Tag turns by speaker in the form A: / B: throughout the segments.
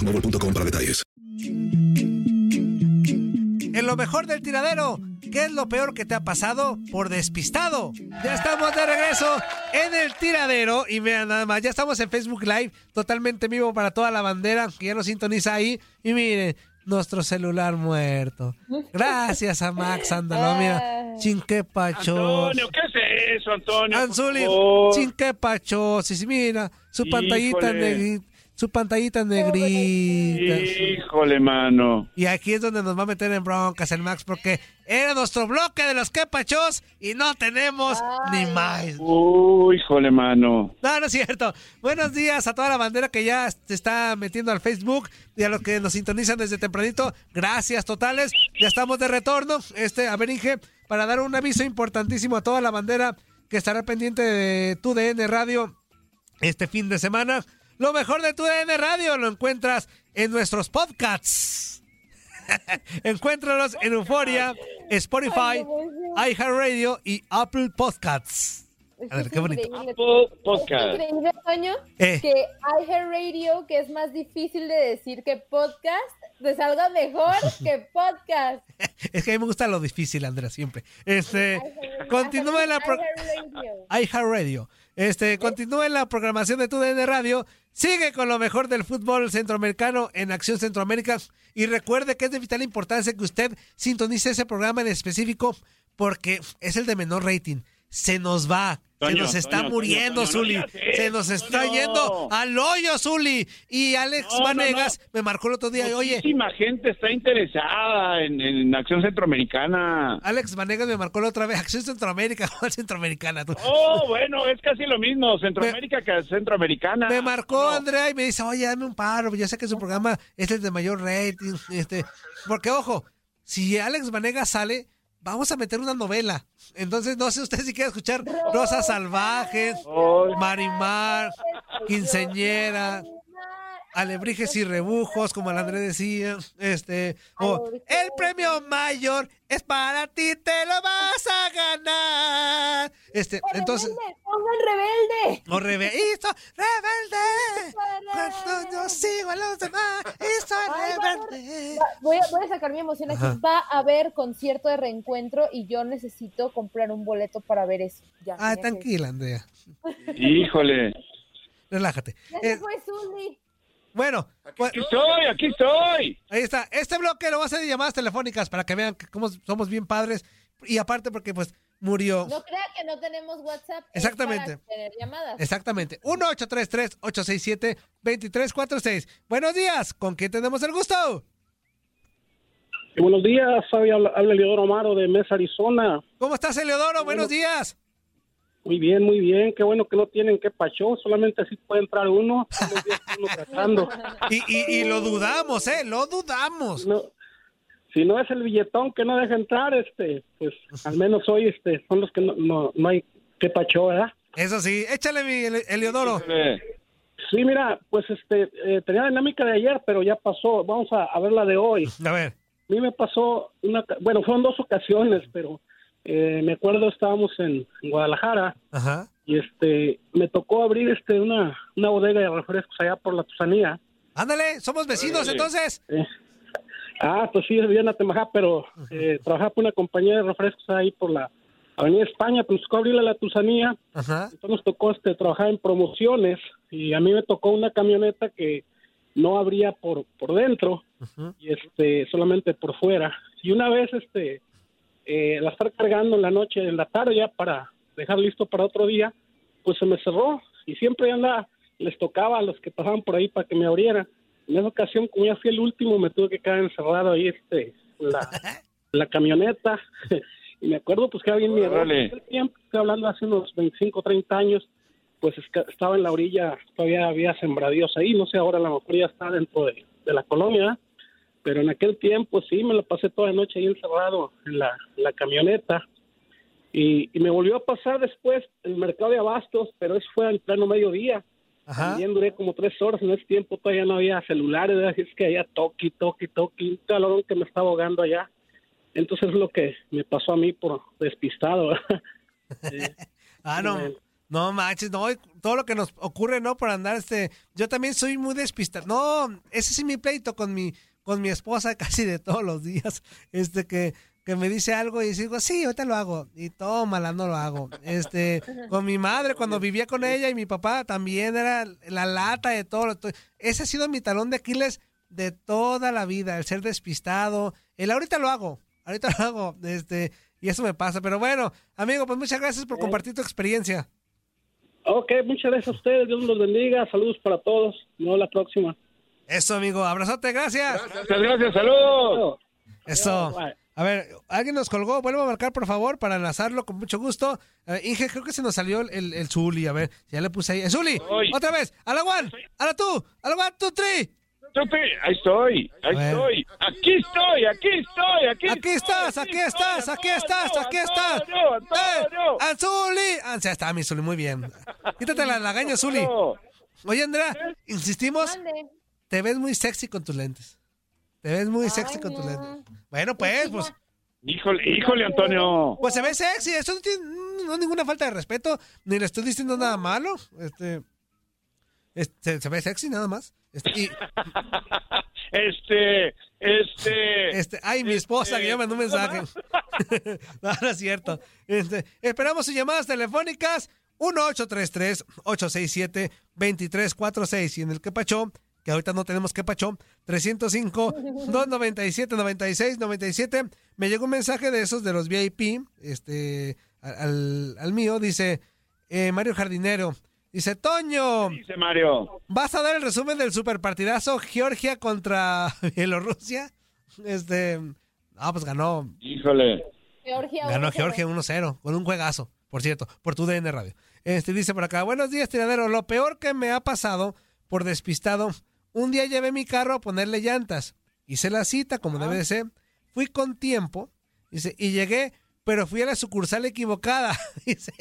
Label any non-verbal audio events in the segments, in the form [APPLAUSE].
A: mobile.com para detalles.
B: En lo mejor del tiradero, ¿qué es lo peor que te ha pasado por despistado? Ya estamos de regreso en el tiradero y vean nada más, ya estamos en Facebook Live, totalmente vivo para toda la bandera que ya nos sintoniza ahí y miren, nuestro celular muerto. Gracias a Max Andaló, mira, chinque pacho.
C: Antonio, ¿qué es eso, Antonio?
B: Anzuli,
C: por favor?
B: chinque pacho, sí, sí, mira, su pantallita
C: Híjole.
B: negrita, su pantallita negrita.
C: Híjole, mano.
B: Y aquí es donde nos va a meter en broncas el Max, porque era nuestro bloque de los quepachos y no tenemos ni más.
C: Uy, híjole, mano.
B: No, no es cierto. Buenos días a toda la bandera que ya se está metiendo al Facebook y a los que nos sintonizan desde tempranito. Gracias totales. Ya estamos de retorno. Este, a ver, Inge, para dar un aviso importantísimo a toda la bandera que estará pendiente de tu DN Radio este fin de semana. Lo mejor de tu DN Radio lo encuentras en nuestros podcasts. [LAUGHS] Encuéntralos en Euforia, Spotify, iHeartRadio y Apple Podcasts.
D: Es
B: A ver,
D: que
B: qué
D: es
B: bonito.
D: increíble.
C: Apple
D: Es
C: Podcast.
D: increíble, Toño,
B: Eh.
D: que iHeartRadio, que es más difícil de decir que podcast, te salga mejor que podcast.
B: Es que a mí me gusta lo difícil, Andrea, siempre. Este, continúa en la pro-
D: iHeartRadio.
B: iHeartRadio. Este, continúa en la programación de TUDN Radio. Sigue con lo mejor del fútbol centroamericano en Acción Centroamérica. Y recuerde que es de vital importancia que usted sintonice ese programa en específico porque es el de menor rating. Se nos va. se
C: Toño,
B: nos está
C: Toño, Toño,
B: muriendo,
C: Toño, no
B: Zuli.
C: digas eso,
B: se nos está
C: Toño.
B: yendo al hoyo, Zuli. Y Alex
C: No, no,
B: Vanegas me marcó el otro día. y, Oye,
C: Muchísima gente está interesada en, en Acción Centroamericana.
B: Alex Vanegas me marcó la otra vez. Acción [LAUGHS] Centroamericana, ¿cuál Centroamericana? Tú?
C: Oh, bueno, es casi lo mismo, Centroamérica que Centroamericana.
B: Me marcó
C: No.
B: Andrea y me dice, oye, dame un paro, yo sé que su programa es el de mayor rating, [LAUGHS] este, porque ojo, si Alex Vanegas sale, vamos a meter una novela. Entonces, no sé usted si quiere escuchar Rosas Salvajes,
C: Ay.
B: Marimar, Quinceñera, Alebrijes y Rebujos, como el André decía, este, o el premio mayor es para ti, te lo vas a ganar. Este, entonces...
D: ¡Rebelde! ¡Pongan rebelde!
B: O rebe ¡Hizo rebelde! Cuando yo sigo a los demás, ¡hizo
D: Ay, va a haber-
B: rebelde!
D: va- Voy a, voy a sacar mi emoción aquí. Va a haber concierto de reencuentro y yo necesito comprar un boleto para ver eso. Ya,
B: Ah,
D: ya que-
B: tranquila, Andrea.
C: Híjole.
B: Relájate.
D: Ya
B: Eh,
D: se fue Zully.
B: bueno, pues,
C: Aquí estoy, aquí estoy.
B: ahí está. Este bloque lo vas a hacer de llamadas telefónicas para que vean que cómo somos bien padres. Y aparte porque, pues, murió.
D: No crea que no tenemos WhatsApp. es
B: Exactamente.
D: para tener llamadas.
B: Exactamente. 1-833-867-2346. Buenos días. ¿Con quién tenemos el gusto?
E: Y buenos días, Fabi, habla, habla Leodoro Amaro de Mesa, Arizona.
B: ¿Cómo estás, Eleodoro? Buenos días.
E: Muy bien, muy bien. Qué bueno que no tienen que pachó. Solamente así puede
D: [LAUGHS]
E: entrar uno. Todos los días uno tratando.
B: Y, y, y lo dudamos, ¿eh? Lo dudamos.
E: No, si no es el billetón que no deja entrar, este, pues al menos hoy este, son los que no, no, no hay que pachó, ¿verdad?
B: Eso sí, échale mi Ele- Eleodoro.
E: Sí, mira, pues este, eh, tenía la dinámica de ayer, pero ya pasó. Vamos a, a ver la de hoy.
B: A ver.
E: A mí me pasó, una, ca- bueno, fueron dos ocasiones, pero eh, me acuerdo estábamos en Guadalajara
B: Ajá.
E: y este, me tocó abrir este una, una bodega de refrescos allá por la Tusanía.
B: Ándale, somos vecinos entonces.
E: Ah, pues sí, es bien a Temajá, pero eh, trabajaba por una compañía de refrescos ahí por la Avenida España, pues tocó abrirle la Tusanía.
B: Ajá.
E: Entonces nos tocó este, trabajar en promociones y a mí me tocó una camioneta que no abría por, por dentro y este solamente por fuera. Y una vez este eh, la estar cargando en la noche, en la tarde ya para dejar listo para otro día, pues se me cerró y siempre anda les tocaba a los que pasaban por ahí para que me abrieran. En esa ocasión, como ya fui el último, me tuve que quedar encerrado ahí este en la, en la camioneta. y me acuerdo pues que había mi error.
C: Órale.
E: En aquel tiempo, estoy hablando hace unos 25, 30 años, pues es que estaba en la orilla, todavía había sembradíos ahí, no sé, ahora a lo mejor ya está dentro de, de la colonia, pero en aquel tiempo sí, me lo pasé toda la noche ahí encerrado en la, en la camioneta y, y me volvió a pasar después el mercado de abastos, pero eso fue al pleno mediodía. También duré como tres horas, en ese tiempo todavía no había celulares, así es que allá toqui, toqui, toqui, un calorón que me estaba ahogando allá. Entonces es lo que me pasó a mí por despistado. ¿verdad? [LAUGHS]
B: Ah, no. No manches, no, y todo lo que nos ocurre, ¿no? Por andar este. Yo también soy muy despistado. No, ese sí mi pleito con mi, con mi esposa [LAUGHS] casi de todos los días. Este que, que me dice algo y digo, sí, ahorita lo hago. Y tómala, no lo hago. Este, con mi madre, cuando vivía con ella y mi papá, también era la lata de todo. To- Ese ha sido mi talón de Aquiles de toda la vida, el ser despistado. El ahorita lo hago, ahorita lo hago. Este, y eso me pasa. Pero bueno, amigo, pues muchas gracias por compartir tu experiencia.
E: Ok, muchas gracias a ustedes, Dios los bendiga, saludos para todos, nos vemos la próxima.
B: Eso, amigo. Abrazote, gracias.
E: Muchas gracias, saludos.
B: Eso. A ver, alguien nos colgó. Vuelvo a marcar, por favor, para enlazarlo con mucho gusto. A ver, Inge, creo que se nos salió el, el, el Zuli. A ver, ya le puse ahí. Eh, Zuli,
C: Soy.
B: otra vez. A la one, a la two, a la one, two, three.
C: Ahí estoy, ahí
B: A ver.
C: estoy. Aquí estoy, aquí estoy, aquí
B: Aquí estás, aquí estás, aquí estás, aquí estás. ¡Eh! ¡Anzuli! Ah, ya está, mi Zuli, muy bien. Quítate la lagaña, Zuli. Oye, Andrea, insistimos, te ves muy sexy con tus lentes. Te ves muy sexy con tus lentes. Bueno, pues, pues.
C: Híjole, híjole, Antonio.
B: Pues se ve sexy, eso no tiene no, ninguna falta de respeto, ni le estoy diciendo nada malo. Este, es- se, se ve sexy nada más. Este, y-
C: Este, este.
B: Este, ay, mi esposa que yo mandó un mensaje. [LAUGHS] no, no es cierto. Este, esperamos sus llamadas telefónicas 1833-867-2346. Y en el Quepacho, que ahorita no tenemos Quepacho, 305-297-9697. Me llegó un mensaje de esos de los VIP, este, al, al mío, dice eh, Mario Jardinero. Dice, Toño.
C: dice Mario?
B: ¿Vas a dar el resumen del superpartidazo Georgia contra [LAUGHS] Bielorrusia? Este. Ah, pues ganó.
C: Híjole.
D: Georgia.
B: Ganó
D: uno cero.
B: Georgia 1-0, con un juegazo, por cierto, por tu DN Radio. Este dice por acá: Buenos días, tiradero. Lo peor que me ha pasado por despistado, un día llevé mi carro a ponerle llantas. Hice la cita, como
D: Ah.
B: debe de ser. Fui con tiempo, dice, y llegué, pero fui a la sucursal equivocada. [LAUGHS] Dice.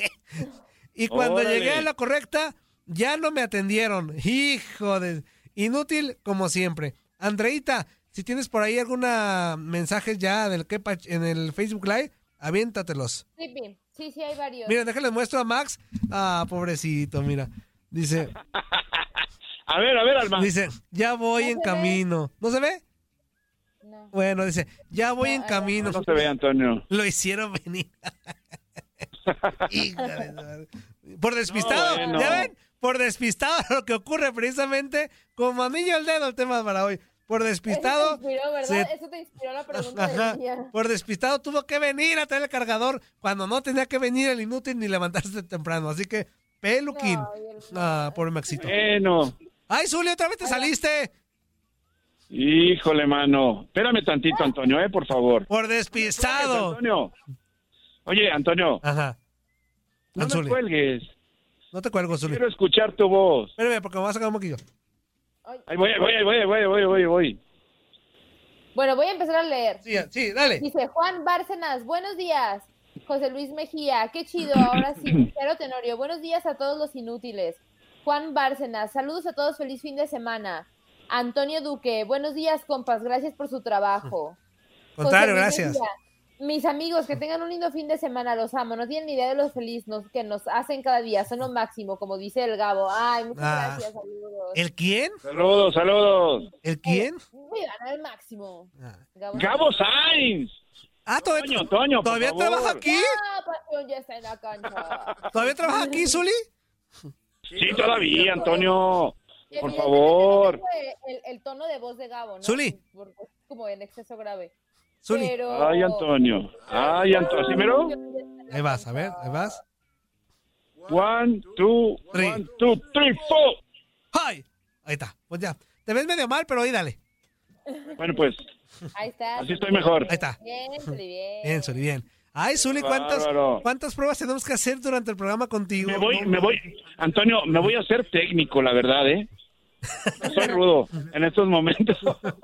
B: Y cuando
F: Órale.
B: llegué a la correcta, ya no me atendieron. Hijo de... Inútil como siempre. Andreita, si tienes por ahí alguna mensaje ya del que pach- en el Facebook Live, aviéntatelos.
D: Sí, bien. sí, sí, hay varios.
B: Mira, déjale muestro a Max. Ah, pobrecito, mira.
C: [LAUGHS]
B: Dice...
C: A ver, a ver, Alma.
B: Dice, ya voy en camino. ¿No se ve? Bueno, dice, ya voy en camino.
C: No se ve, Antonio.
B: Lo hicieron
C: [LAUGHS]
B: venir. Hija de su madre. Por despistado,
C: No, bueno.
B: ¿ya ven? Por despistado [LAUGHS] lo que ocurre precisamente como anillo al dedo el tema para hoy.
C: [LAUGHS]
B: Por despistado.
D: Eso te inspiró, ¿verdad?
B: se-
D: Eso te inspiró la pregunta
B: Ajá.
D: del día.
B: Por despistado tuvo que venir a traer el cargador cuando no tenía que venir el inútil ni levantarse temprano. Así que, peluquín. ah, por Maxito.
C: Eh. Bueno.
B: Ay, Zuli, otra vez te saliste.
C: Híjole, mano. Espérame tantito, Antonio, eh, por favor.
B: Por despistado.
C: Antonio. Oye, Antonio.
B: Ajá.
C: No me
B: Anzuli.
C: cuelgues.
B: No te cuelgo, Zuli.
C: Quiero escuchar tu voz.
B: Espérame, porque me vas a sacar un moquillo.
C: Ahí voy, ahí voy, ahí voy, ahí voy, ahí voy, ahí voy, ahí voy.
D: Bueno, voy a empezar a leer.
B: Sí, dale.
D: Dice Juan Bárcenas, buenos días. José Luis Mejía, qué chido, ahora
C: [CLEARS THROAT]
D: sí. Caro Tenorio, buenos días a todos los inútiles. Juan Bárcenas, saludos a todos, feliz fin de semana. Antonio Duque, buenos días, compas, gracias por su trabajo. José
B: Contrario,
D: Luis
B: gracias.
D: Mejía, Mis amigos, que tengan un lindo fin de semana, los amo. No tienen ni idea de los feliz nos- que nos hacen cada día, son lo máximo, como dice el Gabo. Ay, muchas
B: Ah.
D: gracias, saludos.
B: ¿El quién?
C: Saludos, saludos.
B: ¿El quién?
D: Me ganó el máximo.
C: Gabo Sainz.
B: Ah,
C: Toño, Toño, por
B: ¿todavía
C: favor.
B: trabaja aquí?
D: Ya, pasión, ya está en la cancha.
B: ¿Todavía trabajas aquí, Zuli?
C: Sí, todavía, Antonio.
D: Y
C: Por
D: evidentemente
C: favor.
D: no tengo El, el tono de voz de Gabo, ¿no?
C: Zuli.
D: Porque es como en exceso grave.
B: Zuli.
D: Pero...
C: Ay, Antonio. Ay, Antonio. ¿Sí, mero?
B: Ahí vas, a ver, ahí vas.
C: One, two, one, two, three, four.
B: ¡Ay! Ahí está, pues ya. Te ves medio mal, pero ahí dale.
C: Bueno, pues.
D: Ahí está.
B: Así estoy mejor. Ahí está.
D: Bien, Zuli, bien.
B: Bien, Zuli, bien. Ay, Zuli, ¿cuántas,
C: Bárbaro.
B: ¿cuántas pruebas tenemos que hacer durante el programa contigo?
C: Me voy, me voy. Antonio, me voy a ser técnico, la verdad, ¿eh? No soy rudo en estos momentos.
D: [LAUGHS]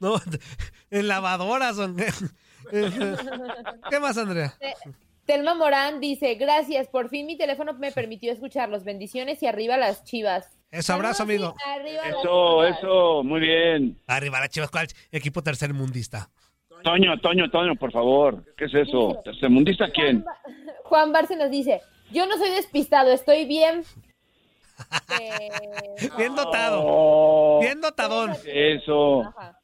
B: No, [LAUGHS] en lavadoras. son- [LAUGHS] ¿Qué más, Andrea?
D: Te- Telma Morán dice, gracias, por fin mi teléfono me permitió escucharlos. Bendiciones y arriba las chivas.
B: Eso, abrazo, amigo.
D: Arriba las
C: Eso,
D: chivas.
C: eso, muy bien.
B: Arriba la chivas, ¿cuál? Equipo tercermundista.
C: Toño, Toño, Toño, por favor. ¿Qué es eso? ¿Tercermundista quién?
D: [LAUGHS] Juan Barce nos dice, yo no soy despistado,
B: [LAUGHS]
D: estoy bien. Eh,
B: Bien dotado.
C: Oh.
B: Bien dotadón.
C: ¿Qué es eso?
D: ajá.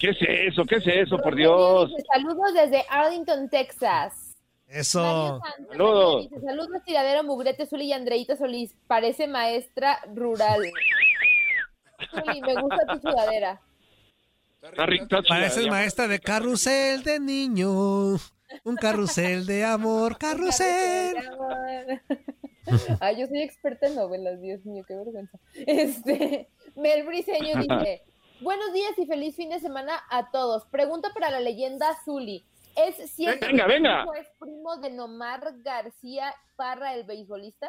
C: ¿Qué es eso? ¿Qué es eso, por Dios?
D: Dice, Saludos desde Arlington, Texas.
B: Eso.
C: Saludos.
D: Dice, Saludos, tiradero, mugrete, Zuli y Andreita Solís. Parece maestra
C: [LAUGHS]
D: rural. Zuli, me gusta tu sudadera.
C: Está rico, está chida,
B: Pareces
C: ya.
B: maestra de carrusel de niño. Un carrusel de amor, carrusel.
D: [LAUGHS] Ay, yo soy experta en novelas, Dios mío, qué vergüenza. Este,
C: [LAUGHS]
D: Mel Briseño dice, buenos días y feliz fin de semana a todos. Pregunta para la leyenda Zuli. ¿Es cierto
C: Venga,
D: que
C: venga.
D: Franco es primo de Nomar García Parra, el beisbolista?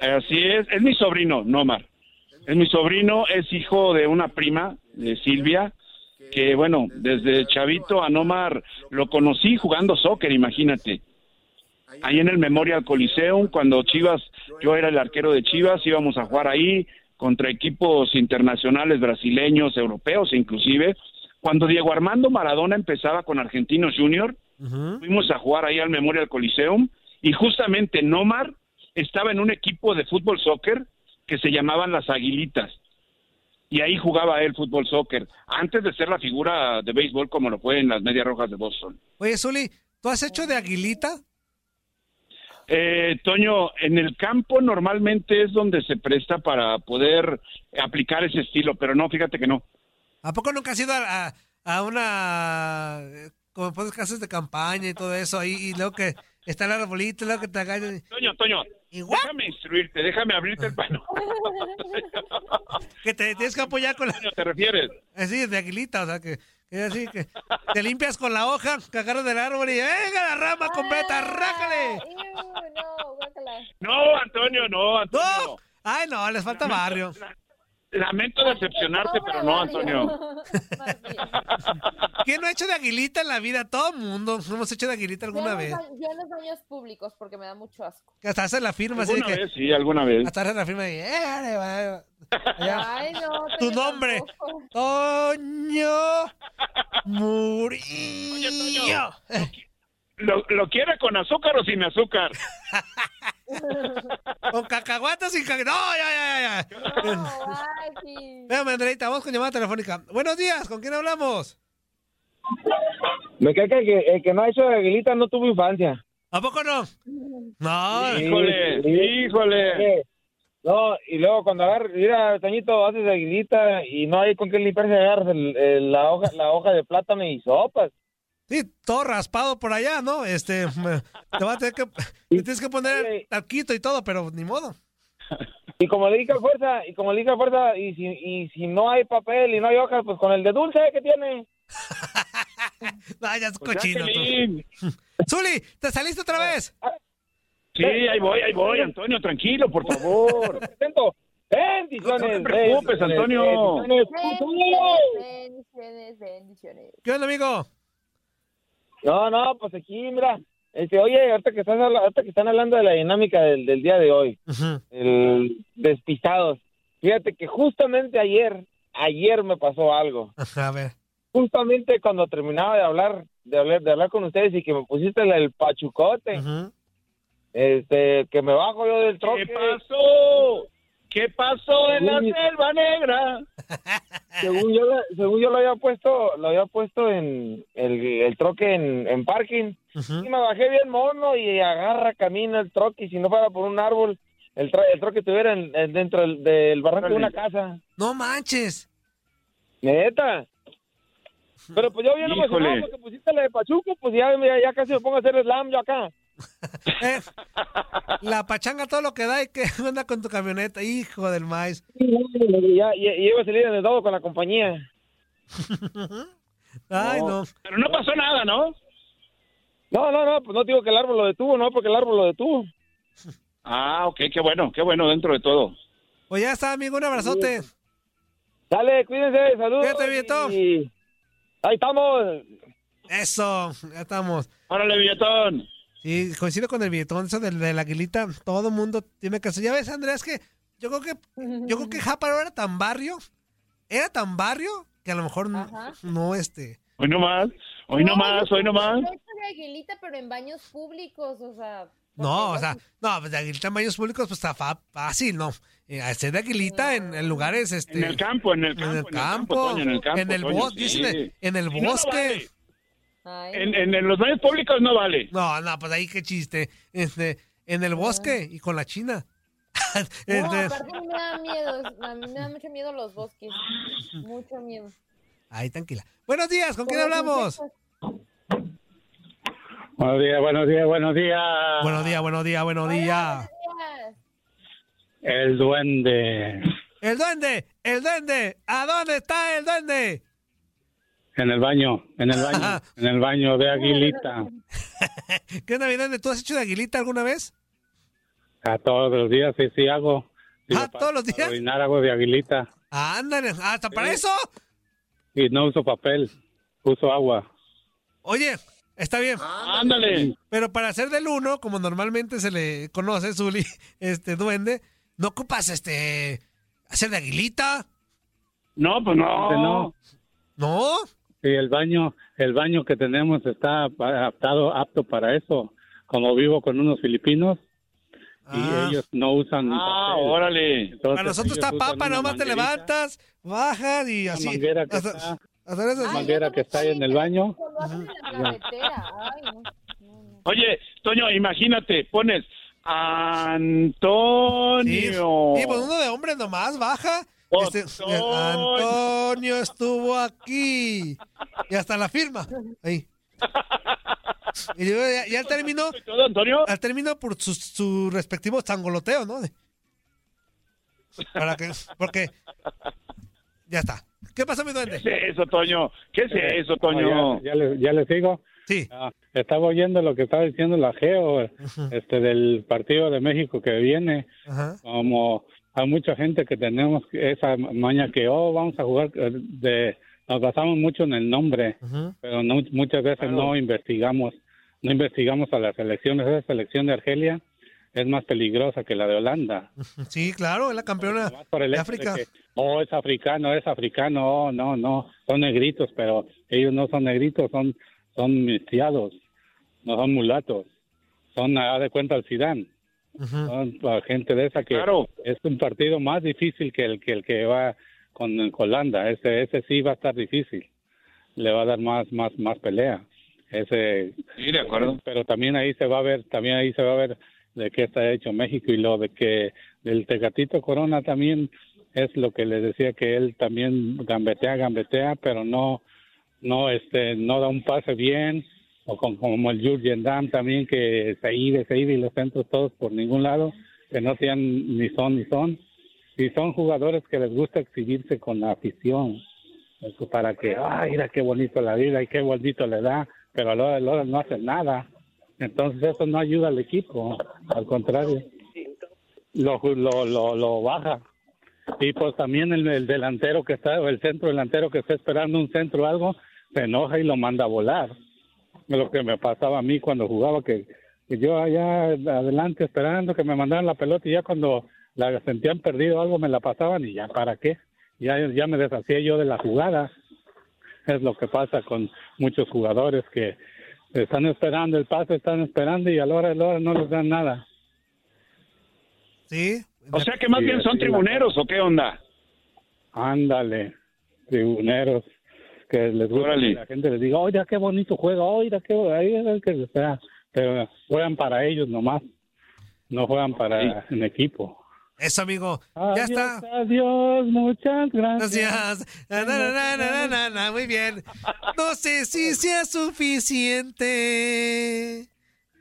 C: Así es, es mi sobrino, Nomar. Es mi sobrino, es hijo de una prima, de Silvia, que bueno, desde chavito a Nomar lo conocí jugando soccer, imagínate. Ahí en el Memorial Coliseum, cuando Chivas, yo era el arquero de Chivas, íbamos a jugar ahí contra equipos internacionales, brasileños, europeos inclusive. Cuando Diego Armando Maradona empezaba con Argentinos Junior, fuimos a jugar ahí al Memorial Coliseum y justamente Nomar estaba en un equipo de fútbol soccer que se llamaban las Aguilitas y ahí jugaba él fútbol soccer antes de ser la figura de béisbol como lo fue en las Medias Rojas de Boston.
B: Oye, Zuli, ¿tú has hecho de aguilita?
C: Eh, Toño, en el campo normalmente es donde se presta para poder aplicar ese estilo, pero no, fíjate que no.
B: ¿A poco nunca has ido a, a- a una. eh, como pones casas de campaña y todo eso ahí, y luego que está el arbolito, y luego que te agarran.
C: Toño, Toño, déjame instruirte, déjame abrirte el panorama.
B: Que te tienes que apoyar con la.
C: ¿Te refieres?
B: Así, de aguilita, o sea, que. que así, que te limpias con la hoja, que agarras del árbol y. ¡Venga la rama completa!
D: Ah, eh,
B: ¡Rájale!
C: No, Antonio, no, Antonio.
B: ¡No! ¡Ay, no! Les falta barrio.
C: Lamento decepcionarte, pero no, Antonio.
D: [LAUGHS]
B: ¿Quién no ha hecho de aguilita en la vida? Todo el mundo hemos hecho de aguilita
D: Yo en
B: alguna
D: los
B: vez.
D: ba- Yo en los baños públicos porque me da mucho asco.
B: Que hasta hacer la firma, así de
C: ¿Alguna
B: que.
C: vez? Sí, alguna vez.
B: Hasta hacer la firma de. "Eh, vale, vale". Allá.
D: Ay, no.
B: Tu
D: pero
B: nombre.
D: tampoco.
B: Toño Murillo. [LAUGHS]
C: ¿Lo, lo quiere con azúcar o sin azúcar?
B: Con cacahuatas y cacahuatas. No, ya, ya, ya, ya.
D: No, ay, sí.
B: Espérame, Andreita, vamos con llamada telefónica. Buenos días, ¿con quién hablamos?
F: Me cae que el que, el que no ha hecho de aguilita no tuvo infancia.
B: ¿A poco no? No.
F: Híjole, híjole. No, y luego cuando agarra, mira, Toñito, haces aguilita y no hay con qué limpiarse, agarras el- el- la, hoja, la hoja de plátano y sopas.
B: Sí, todo raspado por allá, ¿no? Este, [LAUGHS] me- te vas a tener que, te tienes que poner el taquito y todo, pero ni modo.
F: Y como le dije a fuerza, y como le dije a fuerza, y si, y si no hay papel y no hay hojas, pues con el de dulce que tiene.
B: Vaya, Ah, es
F: Pues ya,
B: cochino. tú.
F: Piolín.
B: Zuli, ¿te saliste otra vez?
C: Sí, ahí voy, ahí voy, Este, Antonio, tranquilo, por favor.
F: Bendiciones.
C: No te preocupes,
F: bendiciones,
C: Antonio.
F: bendiciones.
D: Bendiciones, bendiciones, bendiciones.
B: ¿Qué onda, amigo?
F: No, no, pues aquí, mira, este, oye, ahorita que, estás, habla- ahorita que están hablando de la dinámica del, del día de hoy, el despistados, fíjate que justamente ayer, ayer me pasó algo.
B: A ver.
F: Justamente cuando terminaba de hablar, de hablar, de hablar con ustedes y que me pusiste la- el pachucote, este, que me bajo yo del troque. ¿Qué pasó? ¿Qué pasó
C: en la
F: selva negra? [LAUGHS] según yo la- según yo lo había puesto lo había puesto en el, el troque en, en parking y me bajé bien mono y agarra camina el troque y si no fuera por un árbol el, tro- el troque estuviera en- en- dentro del, del barranco de una casa
B: no manches
F: neta pero pues yo bien emocionado
C: Híjole.
F: porque pusiste la de Pachuco pues ya, ya, ya casi me pongo a hacer slam yo acá
B: Eh, La pachanga todo lo que da y que [LAUGHS] anda con tu camioneta, hijo del maíz.
F: ya, ya- ya iba a salir en el dado con la compañía
B: Ay, no.
F: Pero no pasó nada, ¿no? No, no, no, pues no digo que el árbol lo detuvo, no, porque el árbol lo detuvo.
C: Ah, ok, qué bueno, qué bueno dentro de todo.
B: Pues ya está, amigo, un abrazote.
F: Dale, cuídense, saludos.
B: Cuídate, Billetón.
F: Ahí estamos.
B: Eso, ya estamos.
C: Órale, Billetón.
B: Sí, coincido con el billetón, eso del, del aguilita, todo mundo tiene que hacer. Ya ves, Andrés, que yo creo que, yo creo que Jáparo era tan barrio, era tan barrio, que a lo mejor no, no, este...
C: Hoy no más, hoy no más, hoy no más.
D: Yo soy aguilita, pero en baños públicos, o sea.
B: No, o sea, no, pues de aguilita en baños públicos, pues está fa- fácil, ¿no? Eh, Hacer de aguilita en,
D: Mm.
B: en lugares, este...
C: En el campo, en el
B: En el
C: campo,
B: campo,
C: Toño, en el campo, Toño,
B: bosque,
C: sí.
B: dicen, en- en el
C: Y no lo
B: bosque.
C: En- en- en los baños públicos no vale.
B: No, no, pues ahí qué chiste. Este, en el bosque y con la china. [LAUGHS]
D: No,
B: Este,
D: aparte me da miedo, a mí me da mucho miedo los bosques, mucho miedo.
B: ahí tranquila. Buenos días, ¿con quién hablamos?
G: Buenos días, buenos días, buenos días.
B: Buenos días, buenos días, buenos días.
G: El duende
B: El duende, el duende, ¿a dónde está el duende?
G: en el baño, en
B: [LAUGHS]
G: el baño, en el baño de Aguilita.
B: ¿Qué onda, mi duende? ¿Tú has hecho de aguilita alguna vez?
G: A todos los días, sí, sí hago. ah, todos los días. Para orinar hago de Aguilita
B: Ándale, hasta para eso.
G: y no uso papel, uso agua.
B: Oye, está bien.
G: Ah. Ándale.
B: Pero para hacer del uno, como normalmente se le conoce, Zuli, [LAUGHS] este duende, no ocupas este hacer de aguilita.
C: Este, No,
B: pues no.
G: Dice, No.
B: No.
G: Sí, el baño, el baño que tenemos está pa- adaptado, apto para eso. Como vivo con unos filipinos y ellos no usan.
C: Ah,
G: papel.
C: órale.
G: Entonces,
B: para nosotros está
G: ellos usan
B: papa,
G: una
B: nomás te
G: manguerita.
B: levantas, bajas y así.
G: manguera que
B: hasta,
G: está-
B: hasta esas-
G: La manguera que está ahí en el baño.
C: Oye, Toño, imagínate, pones Antonio.
B: Sí, pues uno de hombres nomás baja. Este, Antonio estuvo aquí. Y hasta la firma. Ahí. Y luego ya, ya al término. Al término por su, su respectivo sangoloteo, ¿no? De- Para que. Porque. Ya está. ¿Qué pasó, mi duende?
C: ¿Qué es eso, Toño? ¿Qué es
G: [LAUGHS] Eh,
C: eso,
G: no,
C: Toño?
G: Ya, ya les, ya les digo.
B: Sí.
G: estaba oyendo lo que estaba diciendo la Geo, este, del partido de México que viene.
B: Ajá.
G: Como hay mucha gente que tenemos esa maña que, oh, vamos a jugar eh, de... Nos basamos mucho en el nombre,
B: Ujú.
G: pero no- muchas veces no investigamos. No investigamos a las selecciones. Esa selección de Argelia es más peligrosa que la de Holanda.
B: Sí, claro, es la campeona
G: por el
B: de
G: hecho de
B: África.
G: que, oh, es africano, es africano, oh, no, no, son negritos, pero ellos no son negritos, son, son mestizados, no son mulatos, son, haga de cuenta, el Sidán. Son uh, gente de esa que es un partido más difícil que el que, el que va con Holanda. Ese, ese sí va a estar difícil. Le va a dar más, más, más pelea. ese
C: Sí, de acuerdo.
G: pero también ahí se va a ver también ahí se va a ver de qué está hecho México y lo de que el Tecatito Corona también es lo que les decía que él también gambetea gambetea pero no no este no da un pase bien o con- como el Jurgen Damm también que se iba se iba y los centros todos por ningún lado que no sean ni son ni son y son jugadores que les gusta exhibirse con la afición eso para que, ay, mira qué bonito la vida y qué bonito le da, pero a la hora de la hora no hace nada. Entonces eso no ayuda al equipo, al contrario, lo, ju- lo, lo, lo baja. Y pues también el, el delantero que está, o el centro delantero que está esperando un centro o algo, se enoja y lo manda a volar. Lo que me pasaba a mí cuando jugaba, que, que yo allá adelante esperando que me mandaran la pelota y ya cuando la sentían perdido o algo me la pasaban y ya, ¿para qué? ya, ya me deshacía yo de la jugada. Es lo que pasa con muchos jugadores que están esperando el pase, están esperando y a la hora de la hora no les dan nada.
B: Sí.
C: O sea que más
G: Sí,
C: bien son
G: sí, la-
C: tribuneros o qué onda.
G: Ándale, tribuneros, que les gusta
C: Órale.
G: que la gente les diga, oiga, qué bonito juega, oiga, qué ahí es el que sea. Pero juegan para ellos nomás, no juegan para en equipo.
B: Eso, amigo. ya
G: Adiós,
B: está.
G: Adiós, muchas gracias.
B: Gracias. Na, na, na, na, na, na, na, Muy bien. No sé si sea suficiente.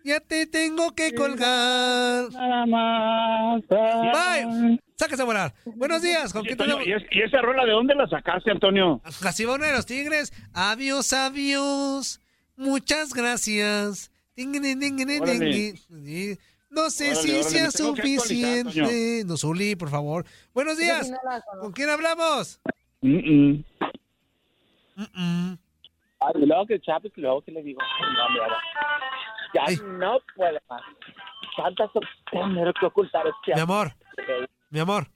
B: Ya te tengo que colgar.
G: Nada más.
B: Bye. Sáquese a volar. Buenos días. ¿Con
C: Oye,
B: quién
C: Toño,
B: tenemos?
C: ¿y, es- y esa rola de dónde la sacaste, Antonio?
B: Casi van a los tigres. Adiós, adiós. Muchas gracias. Ting, ting, ting, ting, ting,
C: Órale.
B: ting. Sí. No sé
C: Órale,
B: si
C: órale,
B: sea
C: me tengo que actualizar,
B: suficiente. No, Zuli, por favor. Buenos días. ¿Con quién hablamos? Mm,
H: Ay, luego que el Chapis, luego que le digo, ay, no, mira, ya no puedo más. Tantas tener que ocultar este
B: Mi amor, mi amor.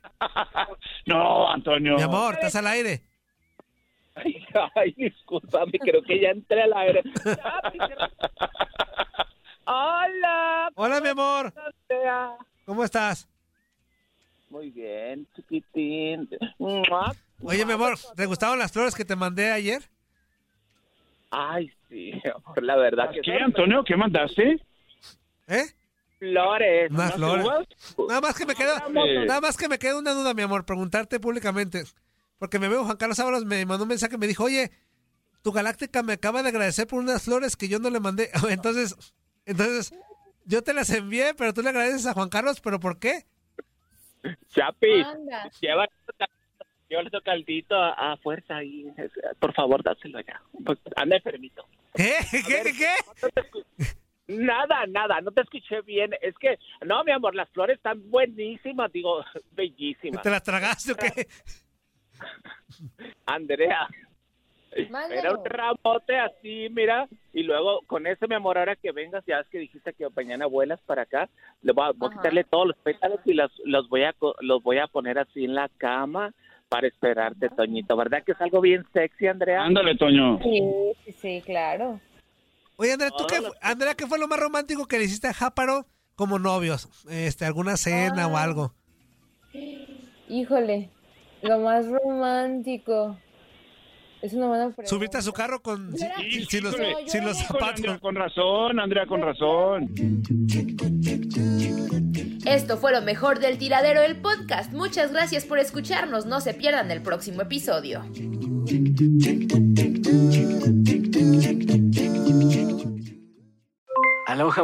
C: No, Antonio.
B: Mi amor, estás al aire.
H: Ay, [LAUGHS] ay, discúlpame, creo que ya entré al aire. Hola.
B: Hola, mi amor. ¿Cómo estás?
H: Muy bien, chiquitín. Mua.
B: Oye, mi amor, ¿te gustaron las flores que te mandé ayer?
H: Ay, sí, amor, la verdad. que
C: ¿Qué, Antonio? ¿Qué mandaste?
B: ¿Eh?
H: Flores.
B: Unas
H: ¿no?
B: flores.
H: Uvas.
B: Nada más que me queda,
H: Hombre.
B: nada más que me queda una duda, mi amor, preguntarte públicamente. Porque me veo Juan Carlos Ábalos me mandó un mensaje, me dijo, oye, tu galáctica me acaba de agradecer por unas flores que yo no le mandé. [LAUGHS] Entonces, entonces, yo te las envié, pero tú le agradeces a Juan Carlos, pero ¿por qué?
H: Chapis,
D: Anda.
H: lleva lleva ese caldito a, a fuerza ahí. Por favor, dáselo ya. Pues, Anda enfermito.
B: ¿Qué? ¿Qué? ¿Qué?
H: Nada, nada, no te escuché bien. Es que, no, mi amor, las flores están buenísimas, digo, [LAUGHS] bellísimas.
B: ¿Te las tragaste o qué?
H: Andrea, era un ramote así, mira, y luego con ese, mi amor, ahora que vengas, ya es que dijiste que mañana vuelas para acá, le voy a, voy a
D: Ajá.
H: quitarle todos los pétalos y los, los, voy a, co- los voy a poner así en la cama para esperarte, Toñito. ¿Verdad que es algo bien sexy, Andrea?
C: Ándale, Toño.
D: Sí, sí, sí, claro.
B: Oye, Andrea, ¿tú qué, fu- Andrea, ¿qué fue lo más romántico que le hiciste a Jáparo como novios? Este, alguna cena o algo.
D: Híjole, lo más romántico. Es una buena pregunta.
B: Subirte a su carro con sin, sin- sin los,
D: No, yo
B: sin los
D: era-
B: zapatos.
C: Con razón, Andrea, con razón.
D: Esto fue lo mejor del tiradero del podcast. Muchas gracias por escucharnos. No se pierdan el próximo episodio.
I: Aloha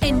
J: En